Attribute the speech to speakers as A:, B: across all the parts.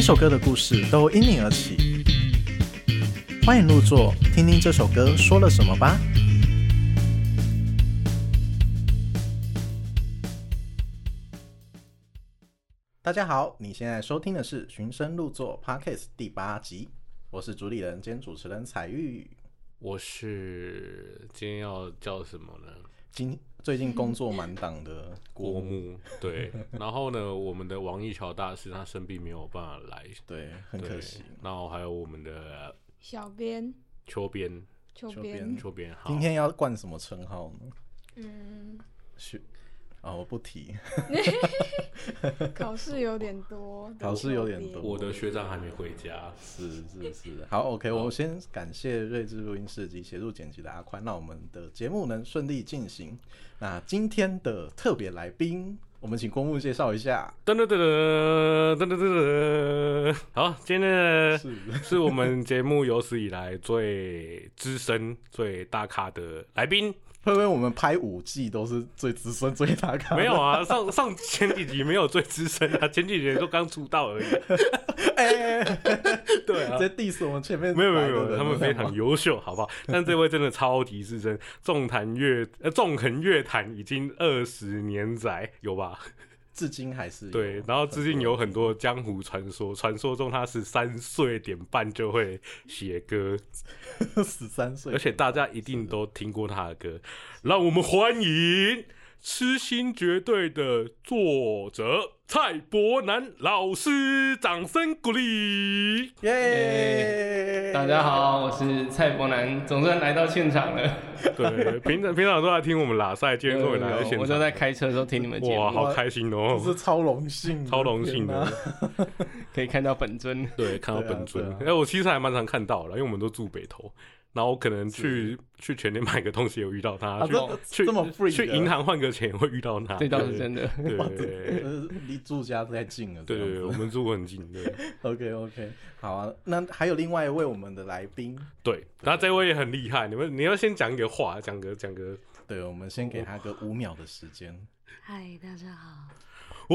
A: 首歌的故事都因你而起。欢迎入座，听听这首歌说了什么吧。大家好，你现在收听的是《寻声入座》Podcast 第八集，我是主理人兼主持人彩玉。
B: 我是今天要叫什么呢？
A: 今最近工作满档的
B: 国
A: 国母，
B: 木对，然后呢，我们的王一桥大师他生病没有办法来，
A: 对，很
B: 对
A: 可惜。，
B: 然后还有我们的
C: 小编，
B: 秋边，
C: 秋
A: 秋
C: 编
A: 编，
B: 秋边好
A: 今，天要冠什么称号呢？
C: 嗯，
A: 学啊、我不提。
C: 考试有点多，
A: 考试有点多
B: 我的学长还没回家，
A: 是是是，好，OK，我先感谢睿智录音室及协助剪辑的阿宽，让我们的节目能顺利进行。那今天的特别来宾，我们请公木介绍一下。
B: 噔噔噔噔噔噔噔噔，好，今天的
A: 是，
B: 是我们节目有史以来最资深、最大咖的来宾。
A: 会不会我们拍五季都是最资深、最大咖？
B: 没有，啊，上上前几集没有最资深啊，前几集都刚出道而已。
A: 哎、
B: 对啊，
A: 这 diss 我们前面
B: 没有没有
A: 来的
B: 没有，
A: 人
B: 他们非常优秀，好不 好？但这位真的超级资深，纵坛乐呃纵横乐坛已经二十年载有吧？
A: 至今还是有
B: 对，啊然后最近有很多江湖传说，传说中他是三岁点半就会写歌，
A: 十三 岁，
B: 而且大家一定都听过他的歌，让我们欢迎痴心绝对的作者蔡伯南老师，掌声鼓励。
A: 耶、
D: 大家好，我是蔡伯南，总算来到现场了。
B: 对，平常平常都在听我们拉赛，今天终于来到现场，
D: 我都在开车的时候听你们节
B: 哇，
D: 目，
B: 好开心
A: 我
B: 哦！
A: 是超荣幸的，
B: 超荣
A: 天
B: 幸
A: 哪
B: 的，
D: 可以看到本尊。
B: 对，看到
A: 对啊
B: 本尊。
A: 对啊
B: 哎，我其实还蛮常看到的，因为我们都住北投，然后我可能去去全年买个东西有遇到他，
A: 啊，
B: 去
A: 这
B: 去
A: 这么 free，
B: 去
A: 的
B: 银行换个钱也会遇到他，
D: 这倒是真的，
B: 对。对对对
A: 呃，离住家太近了。
B: 对对对，我们住很近，对
A: OK OK，好啊。那还有另外一位我们的来宾，
B: 对。那这位也很厉害，你们你要先讲一个话，讲个讲个，
A: 对，我们先给他个五秒的时间。
C: 嗨，大家 好，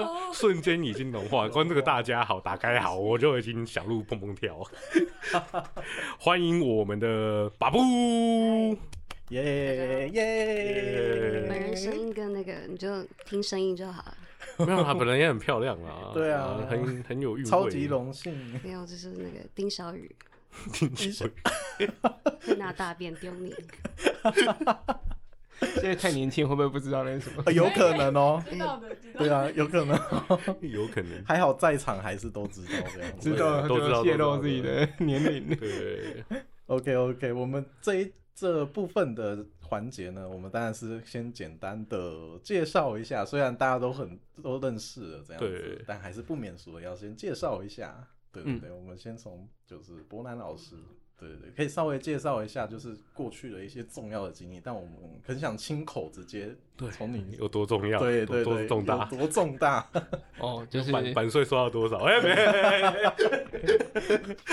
B: 哇，瞬间已经融化。光这个大家好，打开好，我就已经小鹿砰砰 跳。欢迎我们的巴布。
A: 耶
C: 本
A: 耶！。
C: 人声音跟那个你就听声音就好了，
B: 没有，她本人也很漂亮啊
A: 对啊
B: 呃很很有韵味，
A: 超级荣 幸，
C: 没有就是那个丁 小雨
B: 听起来。
C: 会拿大便丢你，
D: 现在太年轻，会不会不知道那是什么？
A: 呃有可能哦。
E: 知道的，知道的。
A: 对啊，有可能。
B: 有可能。
A: 还好在场还是都 知道这样。
D: 知道了
B: 都知道
D: 就泄露自己的年龄。
B: 对，
A: OK OK，我们这一这部分的环节呢，我们当然是先简单的介绍一下，虽然大家都很都认识了这样子
B: 对，嗯
A: 但还是不免俗的要先介绍一下。对对对，我们先从就是伯南老师，对对对，可以稍微介绍一下，就是过去的一些重要的经历，但我们很想亲口直接 从你。
B: 有多重要？
A: 对
B: 多
A: 对
B: 多
A: 对，
B: 重大？
A: 有多重 大？
D: 哦，就是
B: 版版税收到多少？哎，没，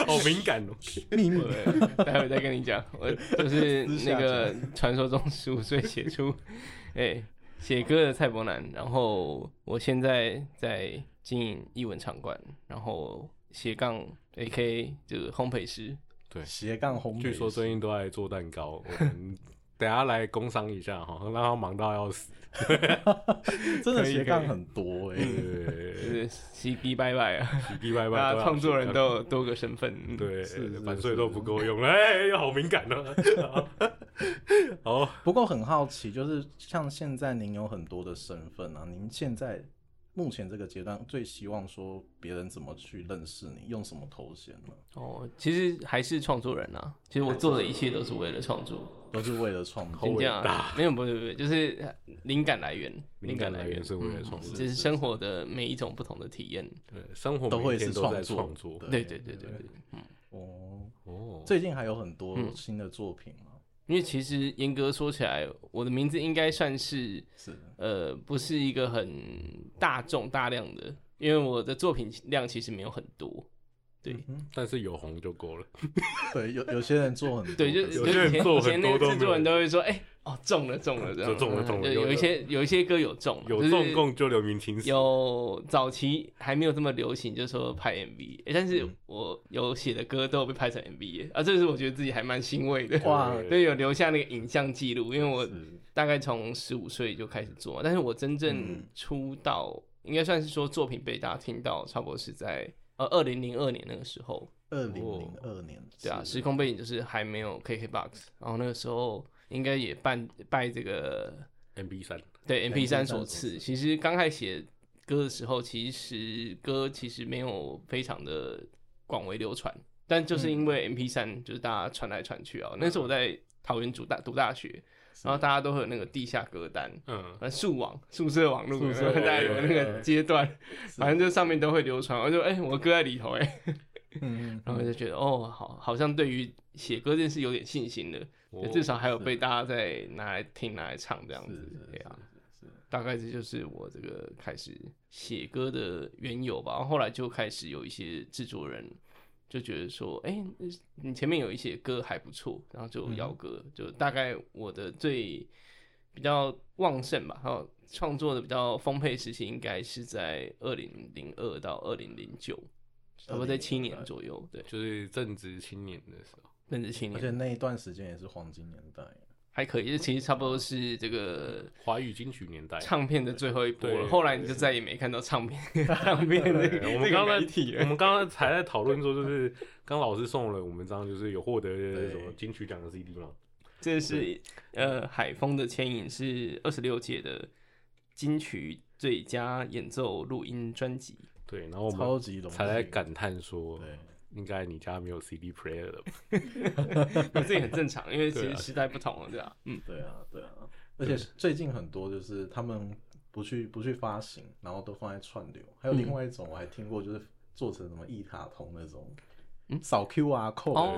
B: 好敏感哦。
A: 秘密
D: 我待会再跟你讲。 我就是那个传说中十五岁写出， 哎，写歌的蔡伯南。然后我现在在经营艺文场馆，然后斜杠 AK 就是烘焙师。
A: 斜杠红，
B: 据说最近都在做蛋糕，我 们等下来工商一下哈，让他忙到要死。
A: 真的
D: 可以
A: 斜杠
D: 可以
A: 很多哎、
B: 对对对
D: 就
B: 对
D: 是 CB 拜拜 啊，
B: 对，里外
D: 大
B: 外
D: 家创作人都有多个身份，嗯，
B: 对
A: 是是，
B: 版
A: 是
B: 税都不够用，哎，好敏感哦。 好，
A: 不过很好奇，就是像现在您有很多的身份啊，您现在目前这个阶段最希望说别人怎么去认识你，用什么头衔呢？
D: 哦，其实还是创作人啊，其实我做的一切都是为了创作，
A: 都是为了创
B: 好
A: 作
D: 先
B: 伟
D: 这样
B: 大
D: 啊，没有，不是不是，就是灵感来源，
B: 灵感来源是为了创作
D: 嗯就是生活的每一种不同的体验，
B: 对生活
A: 都会
B: 每天
A: 是
B: 都
A: 创
B: 在
A: 作
B: 创作。
A: 对
D: 对对对对对，嗯，
A: 哦。
B: 哦，
A: 最近还有很多
D: 嗯
A: 新的作品啊，
D: 因为其实严格说起来，我的名字应该算是
A: 是
D: 呃，不是一个很大众大量的，因为我的作品量其实没有很多，对
B: 但是有红就够了。
A: 嗯对，有有些人做很多
D: 对，就
A: 可
B: 有些
D: 就以
B: 人
D: 前
B: 做
D: 以前
B: 很
D: 那
B: 多都
D: 个制作
B: 没有
D: 人都会说，哎，哦中了中了这
B: 就
D: 样，
B: 中了中了
D: 对
B: 有
D: 有一些有一些歌有中，啊
B: 有
D: 就是
B: 中共就留名青史，
D: 有早期还没有这么流行，就是说拍 MV，、欸、但
B: 嗯
D: 是我有写的歌都有被拍成 MV 耶啊，这是我觉得自己还蛮欣慰的。
A: 哇
D: 对，有留下那个影像记录，因为我
A: 是
D: 大概从十五岁就开始做嘛，但是我真正
A: 嗯
D: 出道，应该算是说作品被大家听到，差不多是在呃二零零二年那个时候，
A: 二零零二年，
D: 对啊，
A: 是
D: 时空背景就是还没有 KKBOX，然后那个时候应该也办拜这个
B: MB 三，
D: 对
A: MP3
D: MP 三所
A: 所
D: 赐。
A: 赐
D: 其实刚开始写歌的时候，其实歌其实没有非常的广为流传，但就是因为 MP 三就是大家传来传去啊。那时候我在桃园读大读大学，然后大家都会有那个地下歌单。
B: 嗯，
D: 呃，宿网、宿舍网络，
B: 宿舍
D: 大家有那个阶段，
A: 是
D: 反正就上面都会流传。我就哎、我歌在里头哎、
A: 嗯，
D: 然后就觉得哦，好，好像对于写歌这件事有点信心了，就至少还有
A: 哦是
D: 被大家在拿来听、拿来唱这样
A: 是
D: 子，
A: 是
D: 对啊。
A: 是是
D: 大概这就是我这个开始写歌的缘由吧。然后后来就开始有一些制作人就觉得说，哎、你前面有一些歌还不错，然后
A: 嗯
D: 就邀歌，就大概我的最比较旺盛吧，还有创作的比较丰沛时期，应该是在二零零二到二零零九，差不多在七年左右，对，
B: 就是正值青年的时候，
D: 甚至七
A: 而且
D: 年
A: 那一段时间也是黄金年代，
D: 还可
B: 哦
D: 以，其实差不多是这个
B: 华语金曲年 代。
D: 唱片的最后一波了。
B: 对
D: 后来你就再也没看到唱 片唱片那
B: 对
D: 个
B: 我们刚刚
D: 那个媒体
B: 我
D: 了。
B: 们刚刚才在讨论说，就是刚老师送了我们张，就是有获得
A: 对
B: 什么金曲奖的 CD 嘛？
D: 这是呃，海风的牵引是二十六届的金曲最佳演奏录音专辑。
B: 对，然后我
A: 超
B: 们
A: 级荣幸
B: 才在感叹说，
A: 对，
B: 应该你家没有 CD player 了吧？
D: 这也很正常，因为其
B: 对
D: 实
B: 啊
D: 时代不同了，对吧、嗯，
A: 对啊，对啊，而且最近很多就是他们不去不去发行，然后都放在串流。还有另外一种我还听过，就是做成什么一卡通那种，
D: 嗯
A: 扫 QR code，、
D: 哦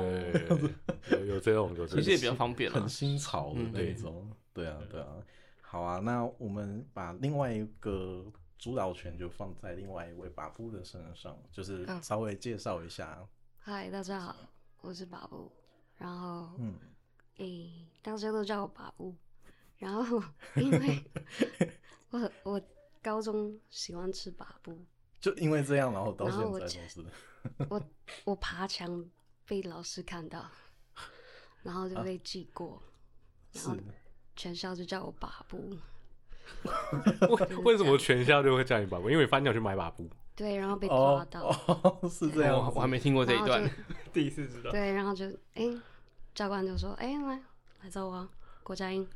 B: 对，有有这种有这
D: 其实也
B: 种，
D: 比较方便了
A: 很。新潮的
D: 嗯
A: 那种。对啊，对啊。好啊，那我们把另外一个主导权就放在另外一位把夫的身上，就是
C: 嗯
A: 稍微介绍一下，
C: 嗨，大家好，我是把布，然后
A: 嗯，
C: 诶、大家都叫我把布，然后因 为我我高中喜欢吃把布，
A: 就因为这样，然后到
C: 然
A: 现
C: 后我
A: 在
C: 觉
A: 都是，
C: 我我爬墙被老师看到，然后就
A: 啊
C: 被记过，然后
A: 是
C: 全校就叫我把布，
B: 为 为什么全校就会叫你爸爸？因为翻鸟去买把布，
C: 对，然后被抓
A: 哦
C: 到，
A: 哦，是这样
D: 我
A: 子，
D: 我还没听过这一
C: 然后
D: 段
C: 哦 就，
D: 第一次知道。
C: 对，然后就诶、教官就说诶、来来找我啊，郭佳音，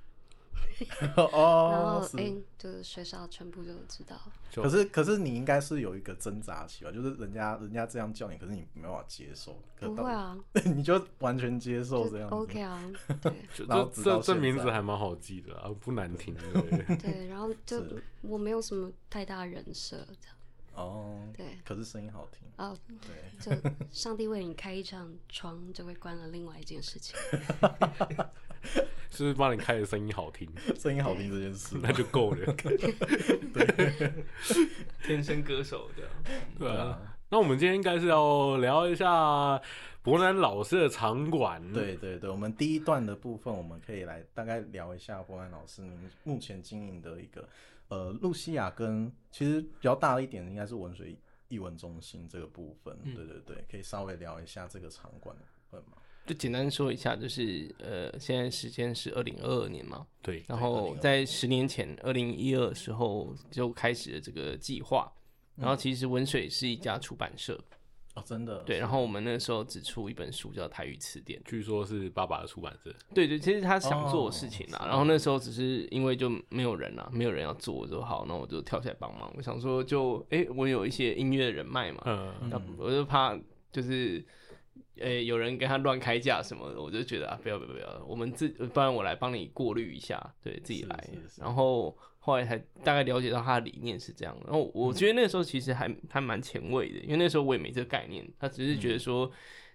C: 然后
A: 哦，是。
C: 诶、就是学校全部就知道，
B: 就
A: 可是可是你应该是有一个挣扎期吧，就是人家人家这样叫你，可是你没办法接受，可
C: 不
A: 到
C: 会啊，
A: 你就完全接受这
C: 就
A: 样子
C: OK 啊，对。
B: 就
A: 然后
B: 这
A: 直
B: 这
A: 到
B: 这
A: 现
B: 名字
A: 在
B: 还蛮好记的啊，不难听。对
C: 对，然后就是我没有什么太大人设，这样
A: 哦。
C: 对
A: 可是声音好听，
C: 哦，
A: 对，
C: 就上帝为你开一扇窗，就会关了另外一件事情。
B: 就是帮你开的声音好听，
A: 声音好听这件事，
B: 那就够了。啊
D: 天生歌手的，
B: 对啊，那我们今天应该是要聊一下伯南老师的场馆。，
A: 对对对，我们第一段的部分，我们可以来大概聊一下波兰老师您目前经营的一个呃，露西亚跟其实比较大的一点应该是文学艺文中心这个部分，对对对，可以稍微聊一下这个场馆的部分吗？
D: 就简单说一下，就是呃，现在时间是二零二二年嘛，
B: 对，
D: 然后在十年前，二零一二时候就开始了这个计划。然后其实文水是一家出版社，
A: 哦，真的，
D: 对。然后我们那时候只出一本书叫《台语词典》，
B: 据说是爸爸的出版社。
D: 对对，其实他想做的事情啊。
A: 哦
D: 然后那时候只是因为就没有人啊，没有人要做，我就好，那我就跳起来帮忙。我想说就，诶，我有一些音乐人脉嘛，
B: 嗯，
D: 那我就怕就是，呃、有人跟他乱开价什么的，我就觉得啊，不要不要不要，我们自，不然我来帮你过滤一下，对自己
A: 是
D: 来
A: 是。是
D: 然后后来才大概了解到他的理念是这样，然后
A: 嗯
D: 我觉得那时候其实还还蛮前卫的，因为那时候我也没这个概念，他只是觉
A: 嗯
D: 得说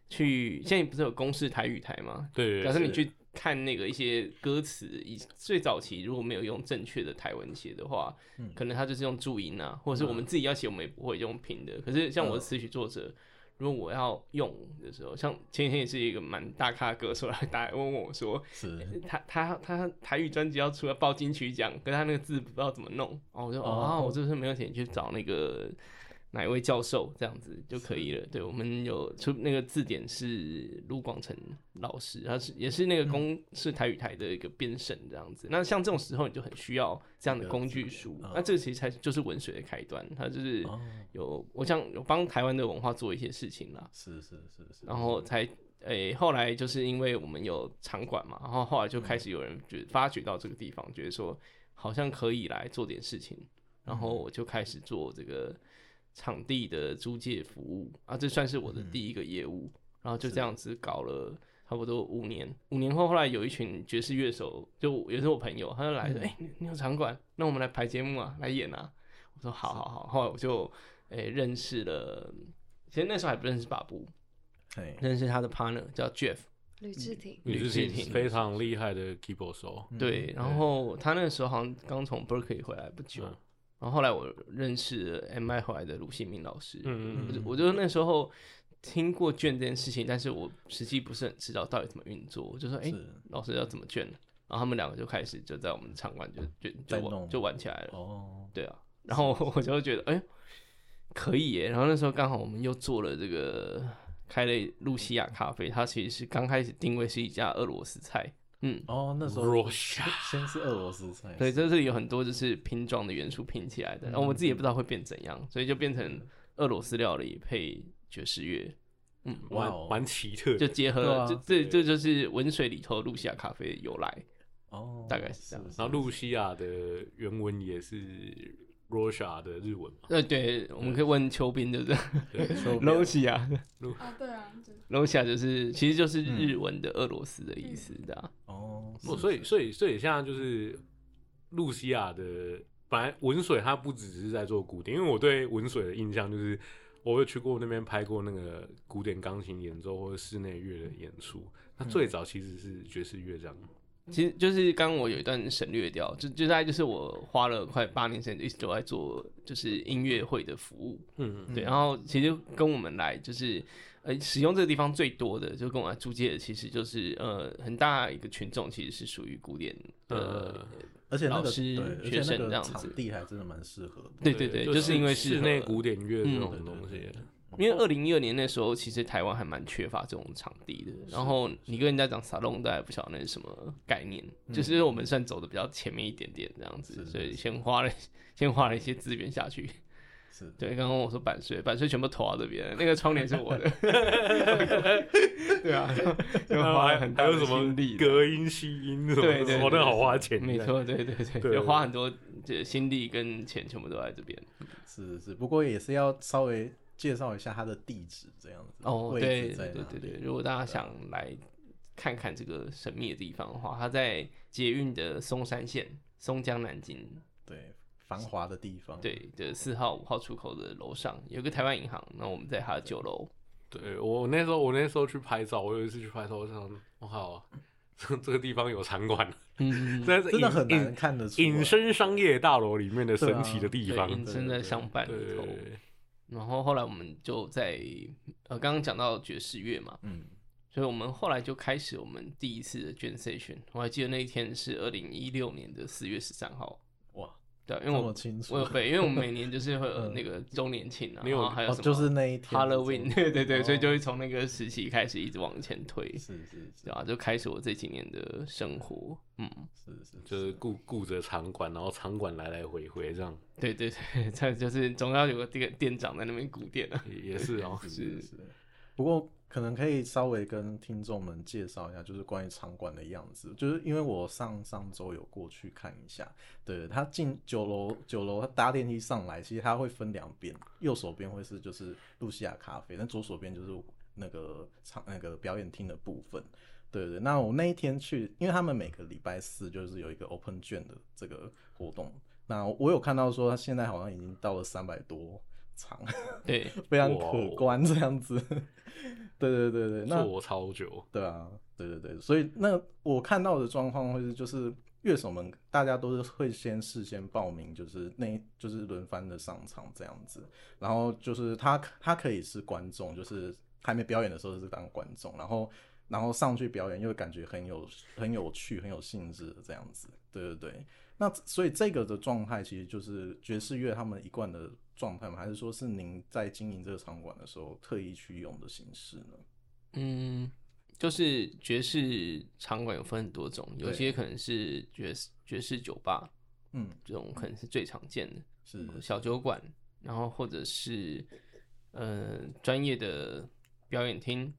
D: 去，现在不是有公式台语台吗？
B: 对，
D: 假设你
A: 是
D: 去看那个一些歌词，以最早期如果没有用正确的台文写的话，
A: 嗯
B: 嗯
D: 可能他就是用注音啊，或者是我们自己要写，我们也不会用拼的。可是像我是词曲作者，如果我要用的时候，像前几天也是一个蛮大咖的歌手来打来问我说，
A: 嗯是
D: 他他他台语专辑要出来报金曲奖，可是他那个字不知道怎么弄，哦，我就哦，啊我就是没有钱去找那个哪一位教授这样子就可以了。对我们有出那个字典是卢广成老师，他是也是那个
A: 嗯
D: 公、是台语台的一个编审这样子。那像这种时候你就很需要这样的工具书，
A: 嗯
D: 那这个其实才就是文学的开端，它就是
A: 哦，
D: 有我像有帮台湾的文化做一些事情啦。
A: 是是是是，
D: 然后才诶、后来就是因为我们有场馆嘛，然后后来就开始有人觉发掘到这个地方，觉得说好像可以来做点事情，然后我就开始做这个场地的租借服务啊，这算是我的第一个业务，然后就这样子搞了。差不多五年，五年后，后来有一群爵士乐手，就也是我朋友，他就来说：“哎、你你有场馆，那我们来排节目啊，来演啊。”我说：“好好好。”后来我就诶、认识了，其实那时候还不认识巴布，
A: 嘿，
D: 认识他的 partner 叫 Jeff，、
C: 吕志廷，
B: 你
D: 吕
B: 是
D: 志廷
B: 非常厉害的 keyboard 手，
A: 嗯
D: 对，然后他那个时候好像刚从 Berkeley 回来不久，
B: 嗯
D: 然后后来我认识了 MI 回来的鲁新明老师，
B: 嗯
D: 我
B: 嗯
D: 就我就那时候听过卷这件事情，但是我实际不是很知道到底怎么运作，我就说，哎、
A: 是
D: 老师要怎么卷？然后他们两个就开始就在我们场馆就就就
A: 在
D: 玩
A: 弄
D: 就玩起来了，
A: 哦，
D: 对啊，然后我就觉得，哎、可以耶。然后那时候刚好我们又做了这个，开了露西亚咖啡，它其实是刚开始定位是一家俄罗斯菜，嗯，
A: 哦，那时候
B: Russia
A: 先是俄罗斯菜，
D: 对，这是有很多就是拼装的元素拼起来的，然后我自己也不知道会变怎样，所以就变成俄罗斯料理配爵士乐，嗯，
A: 哇
B: 蛮
A: 哦
B: 蛮奇特
D: 就
B: 的。
D: 结合
A: 对
D: 了，这
A: 啊
D: 这这就是文水里头露西亚咖啡的由来，
A: 哦，
D: 大概是这样
B: 然后露西亚的原文也是 Russia 的日文嘛，
D: 呃，对，我们可以问邱斌，对不对？
B: 对，
D: 露西亚。
E: 啊，对啊，对，
D: 楼下就是其实就是
B: 嗯
D: 日文的俄罗斯的意思的、啊
A: 哦，
B: 哦，
A: 是
B: 所以
A: 是
B: 所以所以现在就是露西亚的，本来文水它不只是在做古典，因为我对文水的印象就是我有去过那边拍过那个古典钢琴演奏或者室内乐的演出。那最早其实是爵士乐这样，
D: 其实就是刚刚我有一段省略掉，就就大概就是我花了快八年时间一直都在做就是音乐会的服务，
B: 嗯，
D: 对，然后其实跟我们来就是呃使用这个地方最多的，就跟我来租借的，其实就是呃很大一个群众其实是属于古典的，
B: 呃，
A: 而且那
D: 老
A: 个
D: 师
A: 对而且
D: 学生
A: 那个
D: 这样子
A: 场地还真的蛮适合的，
D: 对对对，就是因为适
B: 室
D: 合
B: 内古典乐这种
A: 嗯
B: 东西，
D: 因为二零一二年那时候，其实台湾还蛮缺乏这种场地的。然后你跟人家讲沙龙，大家不晓得那是什么概念，就是我们算走的比较前面一点点这样子，
A: 是
D: 所以先花了 先花了一些资源下去。
A: 是
D: 对，刚刚我说版税，版税全部投到这边，那个窗帘是我的。 对 啊，就花了很大
B: 还
D: 的
B: 有什么
D: 心力的。
B: 隔音、吸音什么的，
D: 对对
B: 哦，那
D: 对
B: 好花钱，
D: 没错，对对对，
B: 对
D: 就花很多这心力跟钱，全部都在这边。
A: 是是，不过也是要稍微介绍一下它的地址这样子，
D: 哦，
A: 位
D: 对
A: 置在
D: 对对
A: 哪
D: 对
A: 里
D: 对，如果大家想来看看这个神秘的地方的话，它在捷运的松山线松江南京
A: 对繁华的地方，
D: 对的四号五号出口的楼上有个台湾银行，那我们在它的九楼。
B: 对我那时候，我那时候去拍照，我有一次去拍照，我想，我靠，这这个地方有场馆，
D: 嗯，
B: 真的
A: 真的很难
B: 隐
A: 看得出来
B: 隐身商业大楼里面的神奇的地
D: 对啊
B: 方。
D: 隐身在商办
B: 对
D: 里
B: 对
D: 头。
B: 对，
D: 然后后来我们就在呃，刚刚讲到爵士乐嘛，
A: 嗯，
D: 所以我们后来就开始我们第一次的卷 session。我还记得那一天是二零一六年的四月十三号，
A: 哇，
D: 对啊，因
A: 这
D: 为我
A: 么清 楚，
D: 我有背，因为我们每年就是会有
A: 嗯
D: 那个周年庆啊，
B: 你有
D: 然后还有
A: 哦，
D: 什么
A: 就是那一天
D: Halloween，对对对，
A: 哦
D: 所以就会从那个时期开始一直往前推，
A: 是是是
D: 对啊吧、就开始我这几年的生活，嗯，
A: 是是，
B: 就是顾顾着场馆，然后场馆来来回回这样，
D: 对对对， 这就是总要有个店店长在那边鼓店啊，
B: 也也是哦。
A: 是是。不过可能可以稍微跟听众们介绍一下，就是关于场馆的样子。就是因为我上上周有过去看一下，对它进九楼，九楼它搭电梯上来，其实它会分两边，右手边会是就是露西亚咖啡，那左手边就是那个场那个表演厅的部分。对对，那我那一天去，因为他们每个礼拜四就是有一个 open 卷的这个活动，那我有看到说，他现在好像已经到了三百多场，
D: 对，
A: 非常可观这样子。 对对对对，那
B: 坐超久，
A: 对啊，对对对，所以那我看到的状况会是，就是乐手们大家都是会先事先报名，就是那就是轮番的上场这样子，然后就是他他可以是观众，就是还没表演的时候是当观众，然后然后上去表演又感觉很有很有趣、很有兴致这样子，对对对。那所以这个的状态其实就是爵士乐他们一贯的状态吗？还是说是您在经营这个场馆的时候特意去用的形式呢？
D: 嗯，就是爵士场馆有分很多种，有些可能是爵士爵士酒吧，
A: 嗯，
D: 这种可能是最常见的，
A: 是
D: 小酒馆，然后或者是呃专业的表演厅、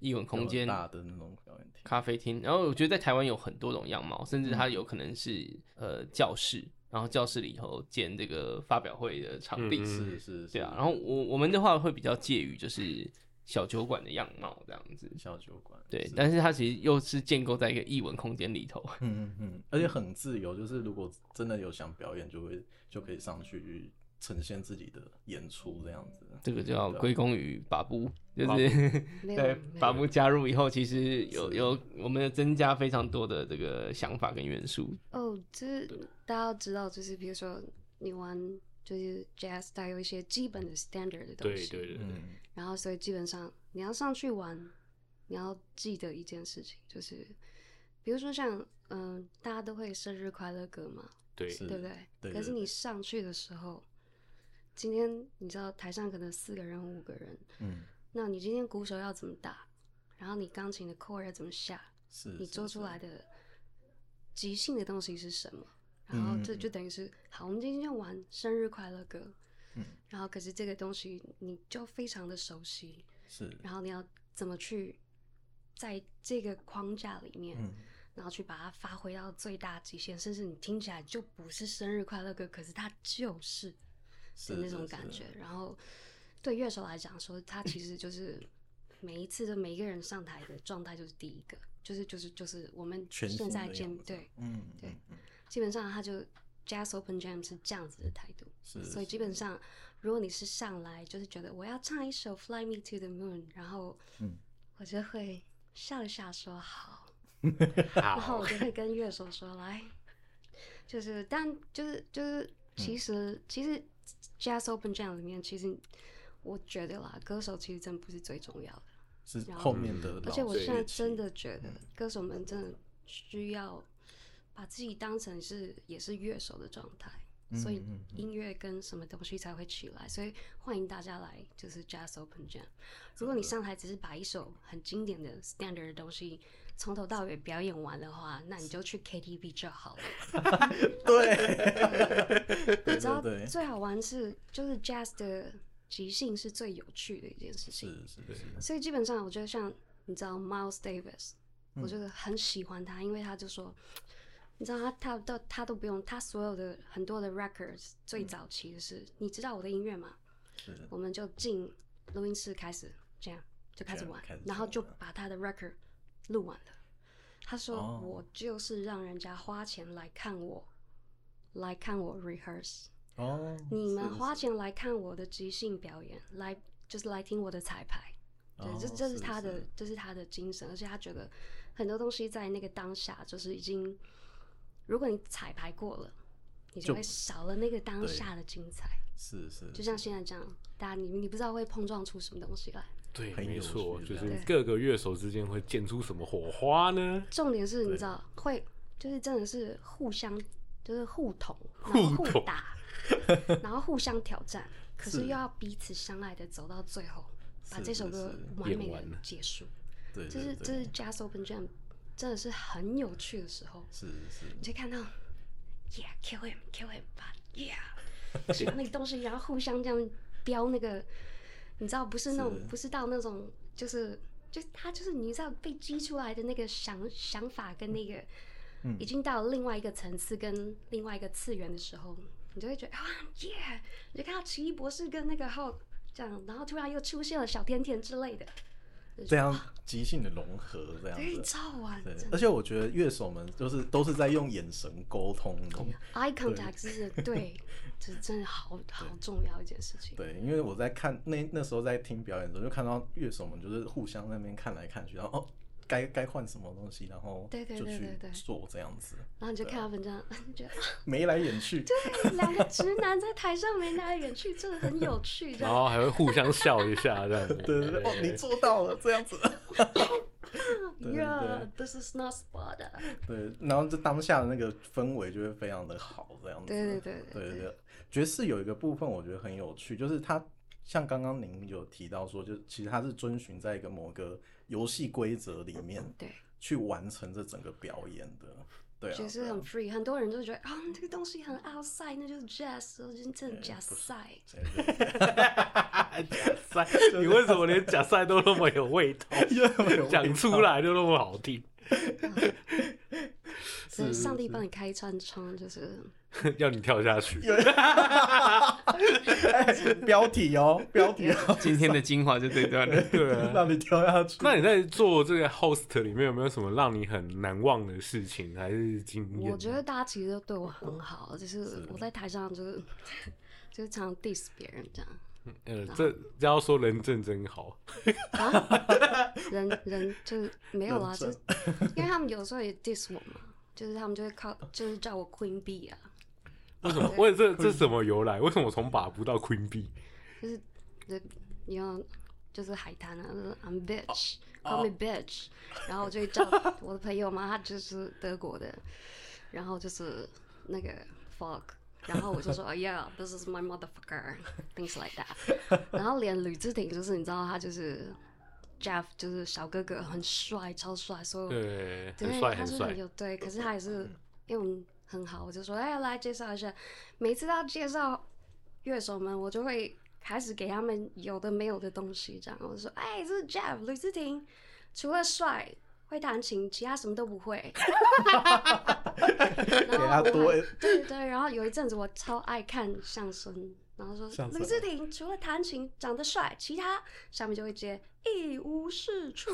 D: 艺文空间、
A: 大的那种表演厅、
D: 咖啡厅。然后我觉得在台湾有很多种样貌，甚至它有可能是、呃教室，然后教室里头建这个发表会的场地，
B: 嗯
A: 是是是，
D: 对啊。然后我我们的话会比较介于就是小酒馆的样貌这样子，
A: 小酒馆，
D: 对，但是它其实又是建构在一个艺文空间里头。
A: 嗯嗯嗯，而且很自由，就是如果真的有想表演，就会就可以上去呈现自己的演出这样子。
D: 这个就要
A: 对啊
D: 归功于把布，就
A: 把
D: 是
C: 没有
D: 对
C: 没有
D: 把布加入以后，其实有
A: 是
D: 有我们有增加非常多的这个想法跟元 素。
C: 哦，就是大家要知道，就是比如说你玩就是 jazz，它有一些基本的 standard 的东
B: 对
C: 西，
B: 对对对，
A: 嗯，
C: 然后所以基本上你要上去玩，你要记得一件事情，就是比如说像嗯、大家都会生日快乐歌嘛，
B: 对，
A: 是
C: 对不对？
A: 对
C: 可是
A: 对
C: 你上去的时候，今天你知道台上可能四个人、五个人，
A: 嗯，
C: 那你今天鼓手要怎么打，然后你钢琴的 chord 要怎么下，
A: 嗯是
C: 你做出来
A: 的
C: 的即兴的东西是什么？然后这
A: 嗯
C: 就等于是，好，我们今天就玩生日快乐歌，
A: 嗯，
C: 然后可是这个东西你就非常的熟悉，
A: 是，
C: 然后你要怎么去在这个框架里面，
A: 嗯，
C: 然后去把它发挥到最大极限，甚至你听起来就不是生日快乐歌，可是它就是
A: 是
C: 的那种感觉。然后对乐手来讲说，他其实就是每一次的每一个人上台的状态就是第一个，就是就是就是我们
A: 全
C: 现
A: 新
C: 在
A: 的
C: 见
A: 样子
C: 对，
A: 嗯，
C: 对
A: 嗯，嗯
C: 基本上他就 Jazz Open Jam 是这样子的态度，
A: 是
C: 所以基本上如果你是上来就是觉得我要唱一首 Fly Me to the Moon，然后
A: 嗯
C: 我就会笑一下说好，然后
B: 好
C: 我，就会跟乐手说来，就是但就是就是
A: 嗯
C: 其实、其实 Jazz Open Jam 里面其实我觉得啦，歌手其实真不是最重要的。
A: 是
C: 然后
A: 后面的老
C: 而
A: 乐器，
C: 且我现在真的觉得
A: 嗯，
C: 歌手们真的需要把自己当成是也是乐手的状态，
A: 嗯
C: 所以
A: 嗯嗯
C: 音乐跟什么东西才会起来。所以欢迎大家来，就是 Jazz Open Jam。如
A: 嗯
C: 果你上台只是把一首很经典的 standard 的东西从头到尾表演完的话，那你就去 KTV 就好了。
A: 对，
C: 你
A: 对
C: 知道
A: 对对，
C: 最好玩是就是 Jazz 的即兴是最有趣的一件事情。
A: 是是是，
C: 所以基本上，我觉得像你知道 Miles Davis，、
A: 嗯
C: 我觉得很喜欢他，因为他就说，你知道他他都他都不用他所有的很多的 records
A: 嗯
C: 最早期的是，你知道我的音乐吗？
A: 是
C: 我们就进录音室开始这样就开始
A: 这样
C: 玩
A: 开始，
C: 然后就
A: 玩啊
C: 把他的 record 录完了。他说、
A: 哦
C: 我就是让人家花钱来看我，来看我 rehearse。
A: 哦，
C: 你们
A: 是
C: 花
A: 是
C: 钱来看我的即兴表演，来就是来听我的彩排，对，
A: 哦
C: 这这是
A: 是
C: 他的
A: 是
C: 这是他的精神，而且他觉得很多东西在那个当下就是已经，如果你彩排过了，你就
A: 就
C: 会少了那个当
A: 对
C: 下的精彩。
A: 是是，
C: 就像
A: 是
C: 现在这样，大家你你不知道会碰撞出什么东西来。
B: 对，
A: 很
B: 没
A: 有
B: 错，
A: 趣
B: 就
A: 的
B: 是
C: 对
B: 各个乐手之间会溅出什么火花 呢？
C: 重点是你
A: 对
C: 知道会就是真的是互相就是互捅，然后
B: 互
C: 互
B: 捅
C: 打，然后互相挑战，可
A: 是
C: 是又要彼此相爱的走到最后，把
A: 是
C: 这首
A: 是
C: 歌
A: 是
C: 完
B: 演
C: 美
B: 完了
C: 的结束。
A: 对，
C: 这
A: 对
C: 是
A: 对
C: 这是 Jazz Open Jam 真的是很有趣的时候，
A: 是
C: 你
A: 是
C: 就看到 Yeah kill him kill him but yeah，就把那个东西，然后互相这样飙那个，你知道不是那种
A: 是
C: 不是到那种就是。就他就是你知道被激出来的那个想想法跟那个，
A: 嗯
C: 已经到了另外一个层次跟另外一个次元的时候，你就会觉得啊、耶！你就看到奇异博士跟那个后这样，然后突然又出现了小甜甜之类的，哎
A: 这样即兴的融合这样
C: 对，
A: 子。
C: 超好玩，
A: 对
C: 真的，
A: 而且我觉得乐手们就是都是在用眼神沟通的，
C: eye contact 是对，这真的好好重要一件事情。
A: 对，因为我在看那那时候在听表演的时候，就看到乐手们就是互相在那边看来看去，然后哦，该该换什么东西，然后
C: 对对
A: 就
C: 对
A: 去
C: 对对
A: 做这样子，
C: 然后你就
A: 对啊
C: 看到文章， 你觉得
A: 眉来眼去。
C: 对，两个直男在台上眉来眼去，真的很有趣，这
B: 然
C: 样
A: 哦
B: 后还会互相笑一下这样子。
A: 对对对，哦，你做到了这样 子。对对
C: ，Yeah, this is not spot.
A: 对，然后这当下的那个氛围就会非常的好，这样子。
C: 对对对对
A: 对
C: 对
A: 对，爵士有一个部分我觉得很有趣，就是它像刚刚您有提到说，就其实它是遵循在一个某个游戏规则里面
C: 对，
A: 去完成这整个表演的。对啊，
C: 爵士
A: 对啊
C: 很 free，很多人就觉得啊、这个东西很 outside，那就是 jazz，就是真
A: 哎
C: 的 jazz 赛。
B: 假赛，你为什么连假赛都那么有味道？ 讲出来就那么好听，
C: 所以上帝帮你开一扇窗，就是
B: 要你跳下去。
A: 哎标题哦，标题哦，
D: 今天的精华就这一段了。
B: 对 啊。
A: 让你跳下去。
B: 那你在做这个 host 里面有没有什么让你很难忘的事情还是经验？
C: 我觉得大家其实都对我很好，就是我在台上就是 就是常 diss 别人这样，
B: 呃，这这要说人证真好，
C: 人人就是没有啦，
A: 人
C: 就
A: 真
C: 是因为他们有时候也 diss 我嘛，就是他们就会靠就是叫我 Queen B 啊，
B: 为什么？为这这什么由来？为什么从把不到 Queen B？
C: 就是就你要就是海滩啊，就是 I'm bitch。
A: 哦
C: Call me bitch，、然后我就会叫我的朋友嘛，他就是德国的，然后就是那个 fuck，然后我就 说，Yeah，this is my motherfucker，things like that。然 后连吕志廷就是你知道他就是 Jeff，就是小哥哥，很帅，超帅，所以
B: 对，
C: 对，
B: 很帅
C: 他
B: 很
C: 是
B: 帅
C: 很。有
A: 嗯
C: 对，可是他也是因为我们很好，我就说，哎，来介绍一下。每次他介绍乐手们，我就会开始给他们有的没有的东西，这样我就说，哎，这是 Jeff 吕志廷，除了帅。会弹琴，其他什么都不会。
A: 给
C: 然后
A: 他
C: 我
A: 多
C: 还对对，然后有一阵子我超爱看相声，然后说
A: 相声
C: 吕志廷除了弹琴长得帅，其他下面就会接一无是处。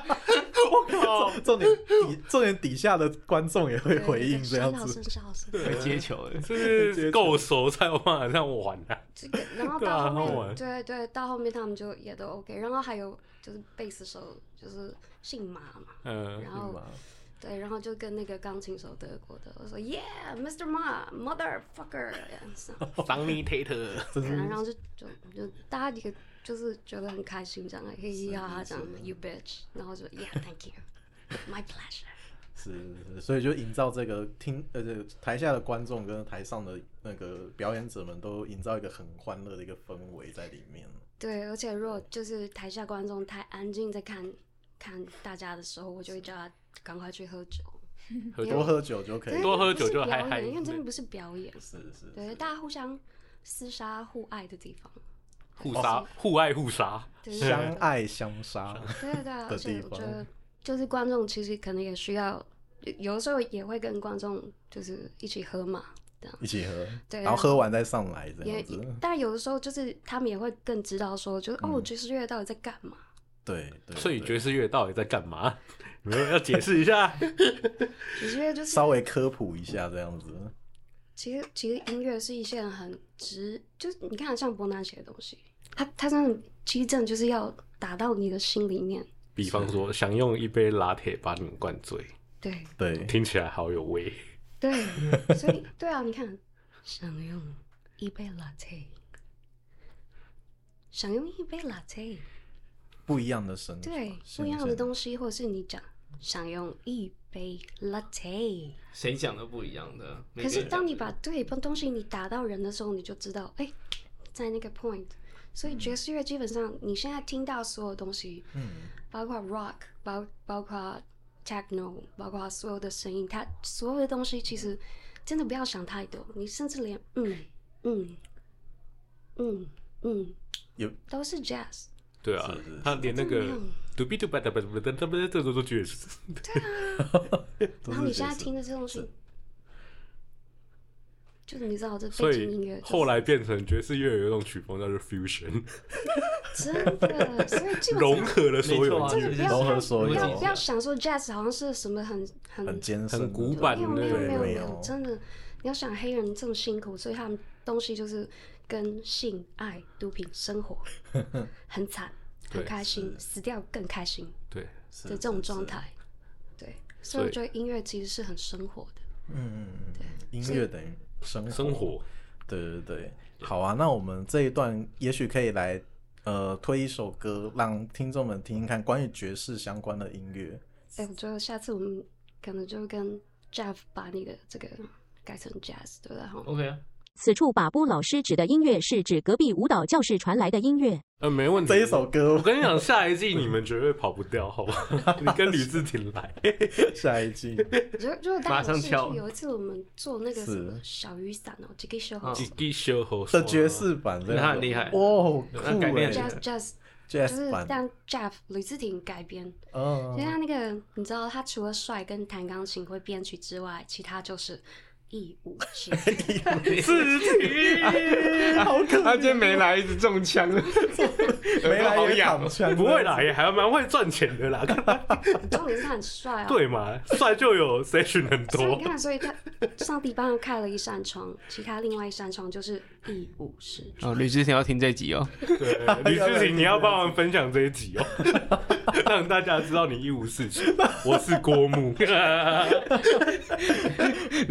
A: 重重点底重点底下的观众也会
C: 对
A: 回
C: 对
A: 应这样
C: 笑
A: 子
C: 声，。笑声。
D: 会接球的，
B: 就是够熟才有办法让我玩的、
C: 这个，然 后
B: 对啊
C: 到
B: 很
C: 后
B: 好
C: 面，
B: 玩
C: 对对，到后面他们就也都 OK。然后还有就是贝斯手就是姓马嘛，
B: 嗯，
C: 然后对，然后就跟那个钢琴手德国的，我说 Yeah，Mr. Ma motherfucker，这 样
B: 桑尼 Tater，
A: 真是
C: 然后就就就大家一个就是觉得很开心这样，嘿嘿哈哈这样，You bitch，然后就 Yeah，Thank you，My pleasure。
A: 是是，是，所以就营造这个听呃，这个台下的观众跟台上的那个表演者们都营造一个很欢乐的一个氛围在里面。
C: 对，而且如果就是台下观众太安静在看看大家的时候，我就会叫他赶快去喝酒。
B: 喝
A: 多
B: 酒
A: 喝酒就可以
C: 对，
B: 多喝酒就
C: 不是表
B: 嗨嗨
C: 演因为真的不是表演，
A: 是是
C: 对，大家互相厮杀互爱的地方，
B: 互杀，互爱互杀，
C: 对
A: 是
C: 对
A: 相爱相杀，
C: 对对对，而且我觉
A: 的地
C: 得就是观众其实可能也需要，有的时候也会跟观众就是一起喝嘛，这样
A: 一起喝，
C: 对
A: 然后喝完再上来这
C: 也
A: 样子。嗯
C: 但有的时候就是他们也会更知道说，就是、哦，爵士乐到底在干嘛？
A: 对对，
B: 所以
A: 对
B: 爵士乐到底在干嘛？有没有要解释一下？
C: 爵士乐就是
A: 稍微科普一下这样子。
C: 其实其实音乐是一件很直，就是你看像伯南写的东西，他他真的基正就是要打到你的心里面，
B: 比方说，想用一杯拿铁把你们灌醉，
C: 对。
A: 对，
B: 听起来好有味。
C: 对，所以对啊，你看，想用一杯 latte，想用一杯 latte，
A: 不一样的声，
C: 对，不一样的东西，或者是你讲想用一杯 latte，
D: 谁讲的不一样的？
C: 可是当你
D: 把
C: 把对把东西你打到人的时候，你就知道，哎，在那个 point。所以爵士乐基本上你现在听到所有东西，
A: 嗯，
C: 包括 rock，包包括 techno，包括所有的声音，它所有的东西其实真的不要想太多，你甚至连嗯嗯嗯嗯
A: 有
C: 都是 jazz，
B: 对啊
A: 是是，
B: 他连那个
C: 真的没有
B: 嘟比嘟吧哒吧哒哒吧这都都爵士。
A: 都
C: 然后
A: 是
C: 你现在
A: 爵士
C: 听的这东西，就是你知道这
B: 所
C: 背景音
B: 以
C: 乐、就是，
B: 后来变成爵士乐有一种曲风叫做 fusion，
C: 真的，所以基本
B: 融
C: 上
B: 合了所有
D: 没错啊
B: 音
C: 真
B: 乐
C: 的
D: 就
C: 不
D: 是
C: 要
A: 融合
C: 看
A: 所有
C: 不要不要想说 jazz 好像是什么很
A: 很
C: 很
A: 艰深，
B: 很古板
C: 没有没有
B: 对
C: 没有
A: 没
C: 没
A: 有
C: 有，真的，你要想黑人这么辛苦，所以他们东西就是跟性 爱、毒品、生活很惨，
B: 对
C: 很开心，死掉更开心。
B: 对，
A: 是
C: 的这种
A: 是
C: 状
A: 是
C: 态。对，所以
B: 所
C: 我觉得音乐其实是很生活的。
A: 嗯，
C: 对
A: 音
C: 所以
A: 乐等于生活
B: 生活，
A: 对对对，好啊，那我们这一段也许可以来呃推一首歌，让听众们听听看关于爵士相关的音乐。
C: 哎、我觉得下次我们可能就跟 Jeff 把你的这个改成 Jazz，对不对？哈
D: OK 啊，
E: 此处把布老师指的音乐是指隔壁舞蹈教室传来的音乐。
B: 呃，没问题。
A: 这一首歌
B: 我跟你讲，下一季你们绝对跑不掉，好吧？你跟吕志廷来，
A: 下一季，
C: 如如果大
D: 马
C: 家有
D: 上
C: 兴
D: 跳
C: 趣，有一次我们做那个什么
A: 是
C: 小雨伞哦，这个时候
D: 嗯
B: 几滴修和
A: 的爵士版这
D: 那
A: 样
D: 很厉害
A: 哦，酷
D: 那改变
A: 欸
D: 了
C: Jazz Jazz 就
A: jazz
C: 是
A: 版，
C: 让 Jeff 吕志廷改编。
A: 嗯
C: 所以他那个，你知道，他除了帅跟弹钢琴会编曲之外，其他就是一无是 处。
B: 志廷
A: 好 可
D: 他今天没来，一直中枪，
A: 没来
D: 好
A: 也
D: 痒
A: 躺 枪，
B: 不会啦，也还蛮会赚钱的啦，
C: 重点是他很帅啊。。
B: 对嘛？帅就有 session 很
C: 所以
B: 多
C: 你，看，所以他上帝帮他开了一扇窗，其他另外一扇窗就是一无是
B: 嗯
C: 处。
D: 哦，吕志廷要听这 集哦。
C: 哎
B: 对，吕志廷，你要帮我们分享这一集哦， 让大家知道你一无是处。我是郭 牧，
D: 你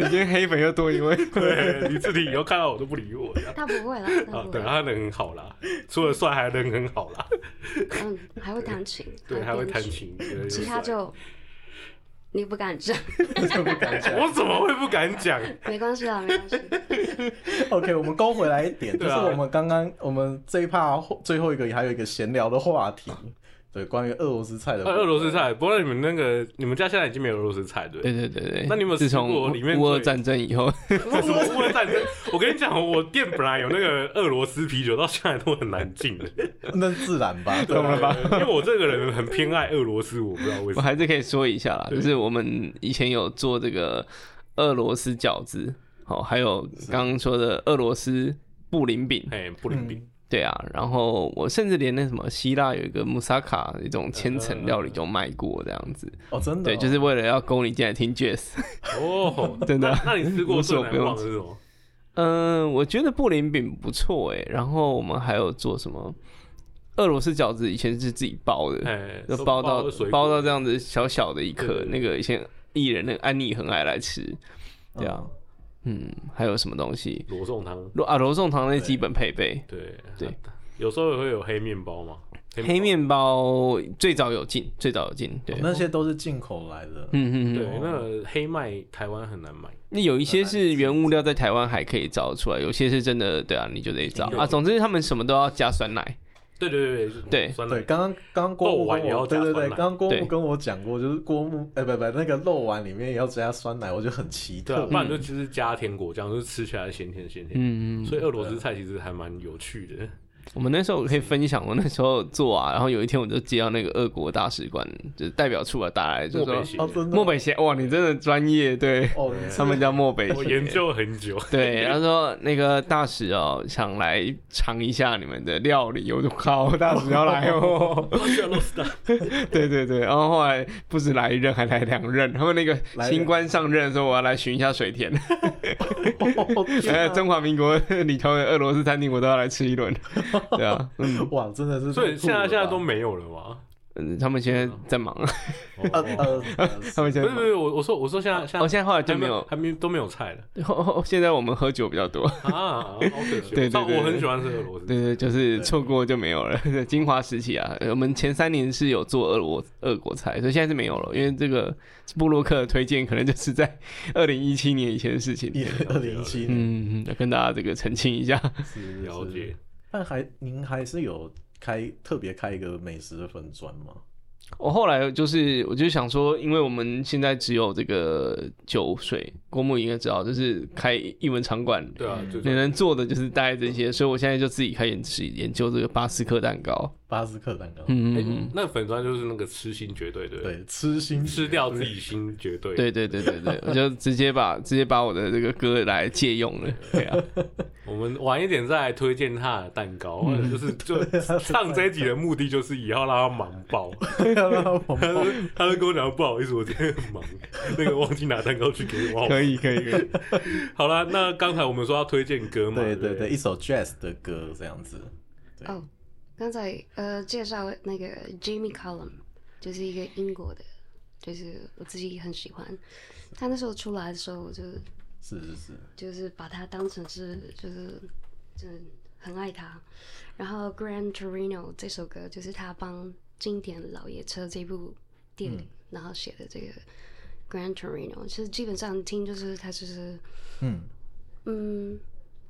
D: 今天黑粉又多一位，
B: 对，吕志廷以后看到我都不理我 了。
C: 他不会啦，他
B: 啊
C: 不，会
B: 对，。他人很好啦，除了帅还人很好啦，
C: 嗯，还会弹琴，
B: 对，还会
C: 编
B: 弹
C: 曲，
B: 琴，对
C: 其他就你不敢认，
A: 就不敢讲。
B: 哎我怎么会不敢 讲？
C: 没关系啦，没关系。
A: OK，我们勾回来一点，就
B: 对
A: 是
B: 啊
A: 我们刚刚我们这一趴后最后一个还有一个闲聊的话题，对，关于俄罗斯菜的部
B: 啊
A: 分。
B: 俄罗斯菜，不过你们那个你们家现在已经没有俄罗斯菜对不
D: 对
B: 对？
D: 对对对。
B: 那你有没有
D: 自
B: 吃过
D: 从
B: 里面
D: 乌
B: 最
D: 俄战争以后，
B: 为 什么乌俄战争？我跟你讲，我店本来有那个俄罗斯啤酒，到现在都很难进的，
A: 那自然吧，对
D: 懂了吧？
B: 因为我这个人很偏爱俄罗斯，我不知道为什
D: 我
B: 么。
D: 还是可以说一下啦，就是我们以前有做这个俄罗斯饺子，哦，还有刚刚说的俄罗斯布林饼，
B: 哎，布林饼，
D: 对啊，然后我甚至连那什么希腊有一个穆萨卡一种千
B: 嗯
D: 层料理都卖过这样子，
A: 哦，真的哦，
D: 对，就是为了要勾你进来听 jazz。
A: 嗯
B: 哦，
D: 真的啊
B: 那那你吃过
D: 无所
B: 最
D: 不
B: 难
D: 用
B: 忘的是什么？
D: 嗯，我觉得布林饼不错哎，然后我们还有做什么俄罗斯饺子，以前是自己包的，
B: 哎，
D: 就包到
B: 水
D: 包到
B: 果
D: 这样子小小的一颗
B: 对对，对
D: 那个以前艺人那个安妮很爱来吃，对啊，
A: 哦
D: 嗯，还有什么东西？
B: 罗宋汤，
D: 罗啊罗宋糖那
A: 对
D: 基本配备，
B: 对
D: 对，
B: 有时候也会有黑面包嘛，
D: 黑面包最早有进，最早有进，对
A: 哦，那些都是进口来的。
D: 嗯嗯
B: 包。对，
D: 嗯，
B: 那个黑麦台湾很难买，
D: 那有一些是原物料在台湾还可以找得出来，有些是真的，对啊，你就得找
B: 有
D: 啊。总之他们什么都要加酸奶，
B: 对对对
D: 对
B: 酸奶
A: 对，刚刚刚刚郭
B: 肉
A: 牧
B: 丸
A: 跟
B: 也要
A: 我，对
B: 加
A: 对
B: 酸
A: 对，
B: 奶
A: 刚刚郭牧
D: 对
A: 跟我讲过，就是郭牧，哎、不不，那个肉丸里面也要加酸奶，我觉得很奇
B: 对啊，
A: 特
B: 不。然就其实加甜果酱，就是吃起来咸甜咸甜。
D: 嗯，
B: 所以俄罗斯菜其实还蛮有趣的，
D: 我们那时候可以分享，我那时候做啊，然后有一天我就接到那个俄国大使馆就是代表处啊打来，就
A: 哦，
B: 漠北
D: 说
B: 咸
A: 真的
D: 漠北协，哇，你真的专业，对
A: 哦，你是
D: 他们叫漠北
B: 我
D: 协
B: 研究很久，
D: 对，他说那个大使哦，想来尝一下你们的料理，我就靠，大使要来哦。 对对对，然后后来不止来一任，还来两任。他们那个
A: 来
D: 新官上任的时候，我要来巡一下水田，
A: 哦天
D: 呃，
A: 啊
D: 中华民国里头的俄罗斯餐厅我都要来吃一轮。对啊，嗯
A: 哇，真的是太酷
B: 所
A: 了吧。
B: 以现在现在都没有了嘛。
D: 嗯，他们现在在忙，
B: 哦
A: 呃呃，呃
D: 他们现
B: 不是不
D: 在在忙。
B: 是，我我说我说现在现
D: 哦，
B: 在
D: 现在后来就
B: 还
D: 没
B: 没
D: 有，
B: 还没都没有菜 了
D: 后后现在我们喝酒比较多。
B: 啊，好可惜。
D: 对对对
B: 但我
D: 对
B: 很喜欢吃俄罗斯菜，
D: 对对，就是错过就没有了。 精华时期啊，我们前三年是有做俄罗俄国菜，所以现在是没有了，因为这个布洛克的推荐可能就是在二零一七年以前的事情。
A: 二零一七年
D: 嗯，要跟大家这个澄清一 下。
A: 是
B: 了。
A: 是
B: 解。
D: 嗯
A: 但还您还是有开特别开一个美食的粉砖吗？
D: 我后来就是，我就想说，因为我们现在只有这个酒水，郭牧应该知道，就是开艺文场馆，
B: 对啊，就
D: 你
B: 是
D: 能做的就是大概这些，所以我现在就自己开始研研究这个巴斯克蛋糕。
A: 巴斯克蛋糕，
D: 嗯
B: 哎
D: 嗯嗯，
B: 那粉砖就是那个痴心绝对，对不对？
A: 对，吃心
B: 吃掉自己心绝对。
D: 对对对对对，我就直接把直接把我的这个歌来借用了， 对啊，
B: 我们晚一点再来推荐他的蛋糕，或
D: 嗯
B: 者 就是 就上这一集的目的就是以后让他忙爆。
A: 对啊然后我
B: 他
A: 们
B: 就 他就跟我讲不好意思，我今天 很忙，那个忘记拿蛋糕去给我。
D: 以可以可以，
B: 好啦，那刚才我们说要推荐歌嘛，
A: 对
B: 对
A: 对
B: 不
A: 对，一首 jazz 的歌这样子。
C: 哦，刚才呃介绍那个 Jimmy Collum，就是一个英国的，就是我自己很喜欢。他那时候出来的时候，我就是
A: 是是，
C: 就是把他当成是就是就是很爱他。然后《Grand Torino》这首歌就是他帮经典《老爷车》这部电影、
A: 嗯
C: 然后写的这个《Grand Torino》，其实基本上听就是他就是
A: 嗯，
C: 嗯，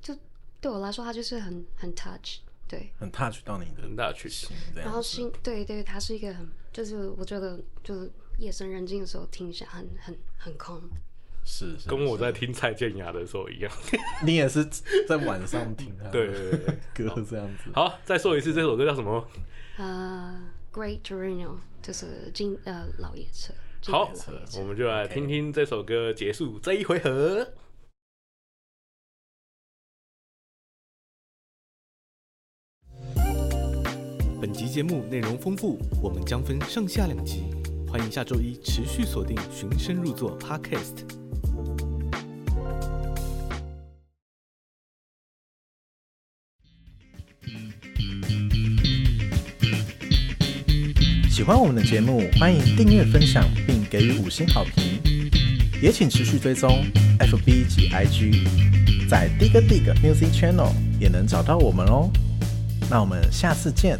C: 就对我来说，他就是很很 touch，对。
A: 很 touch 到你的
B: 很大曲
A: 心这
C: 然后
A: 样子。
C: 心对对，它是一个很，就是我觉得就是夜深人静的时候听一下，很很很空。
A: 是是，
B: 跟我在
A: 是
B: 听蔡健雅的时候一样。
A: 你也是在晚上听他的
B: 对对对对，
A: 歌这样子。
B: 好，再说一次，这首歌叫什么？
C: 呃，Great Torino 就是经呃老爷车。经典
B: 好
C: 老爷，车
B: 我们就来
A: OK
B: 听听这首歌结束这一回合。
F: 本集节目内容丰富，我们将分上下两集，欢迎下周一持续锁定《循声入座》Podcast。
A: 喜欢我们的节目，欢迎订阅、分享，并给予五星好评。也请持续追踪 FB 及 IG，在 Dig Dig Music Channel 也能找到我们哦。那我们下次见，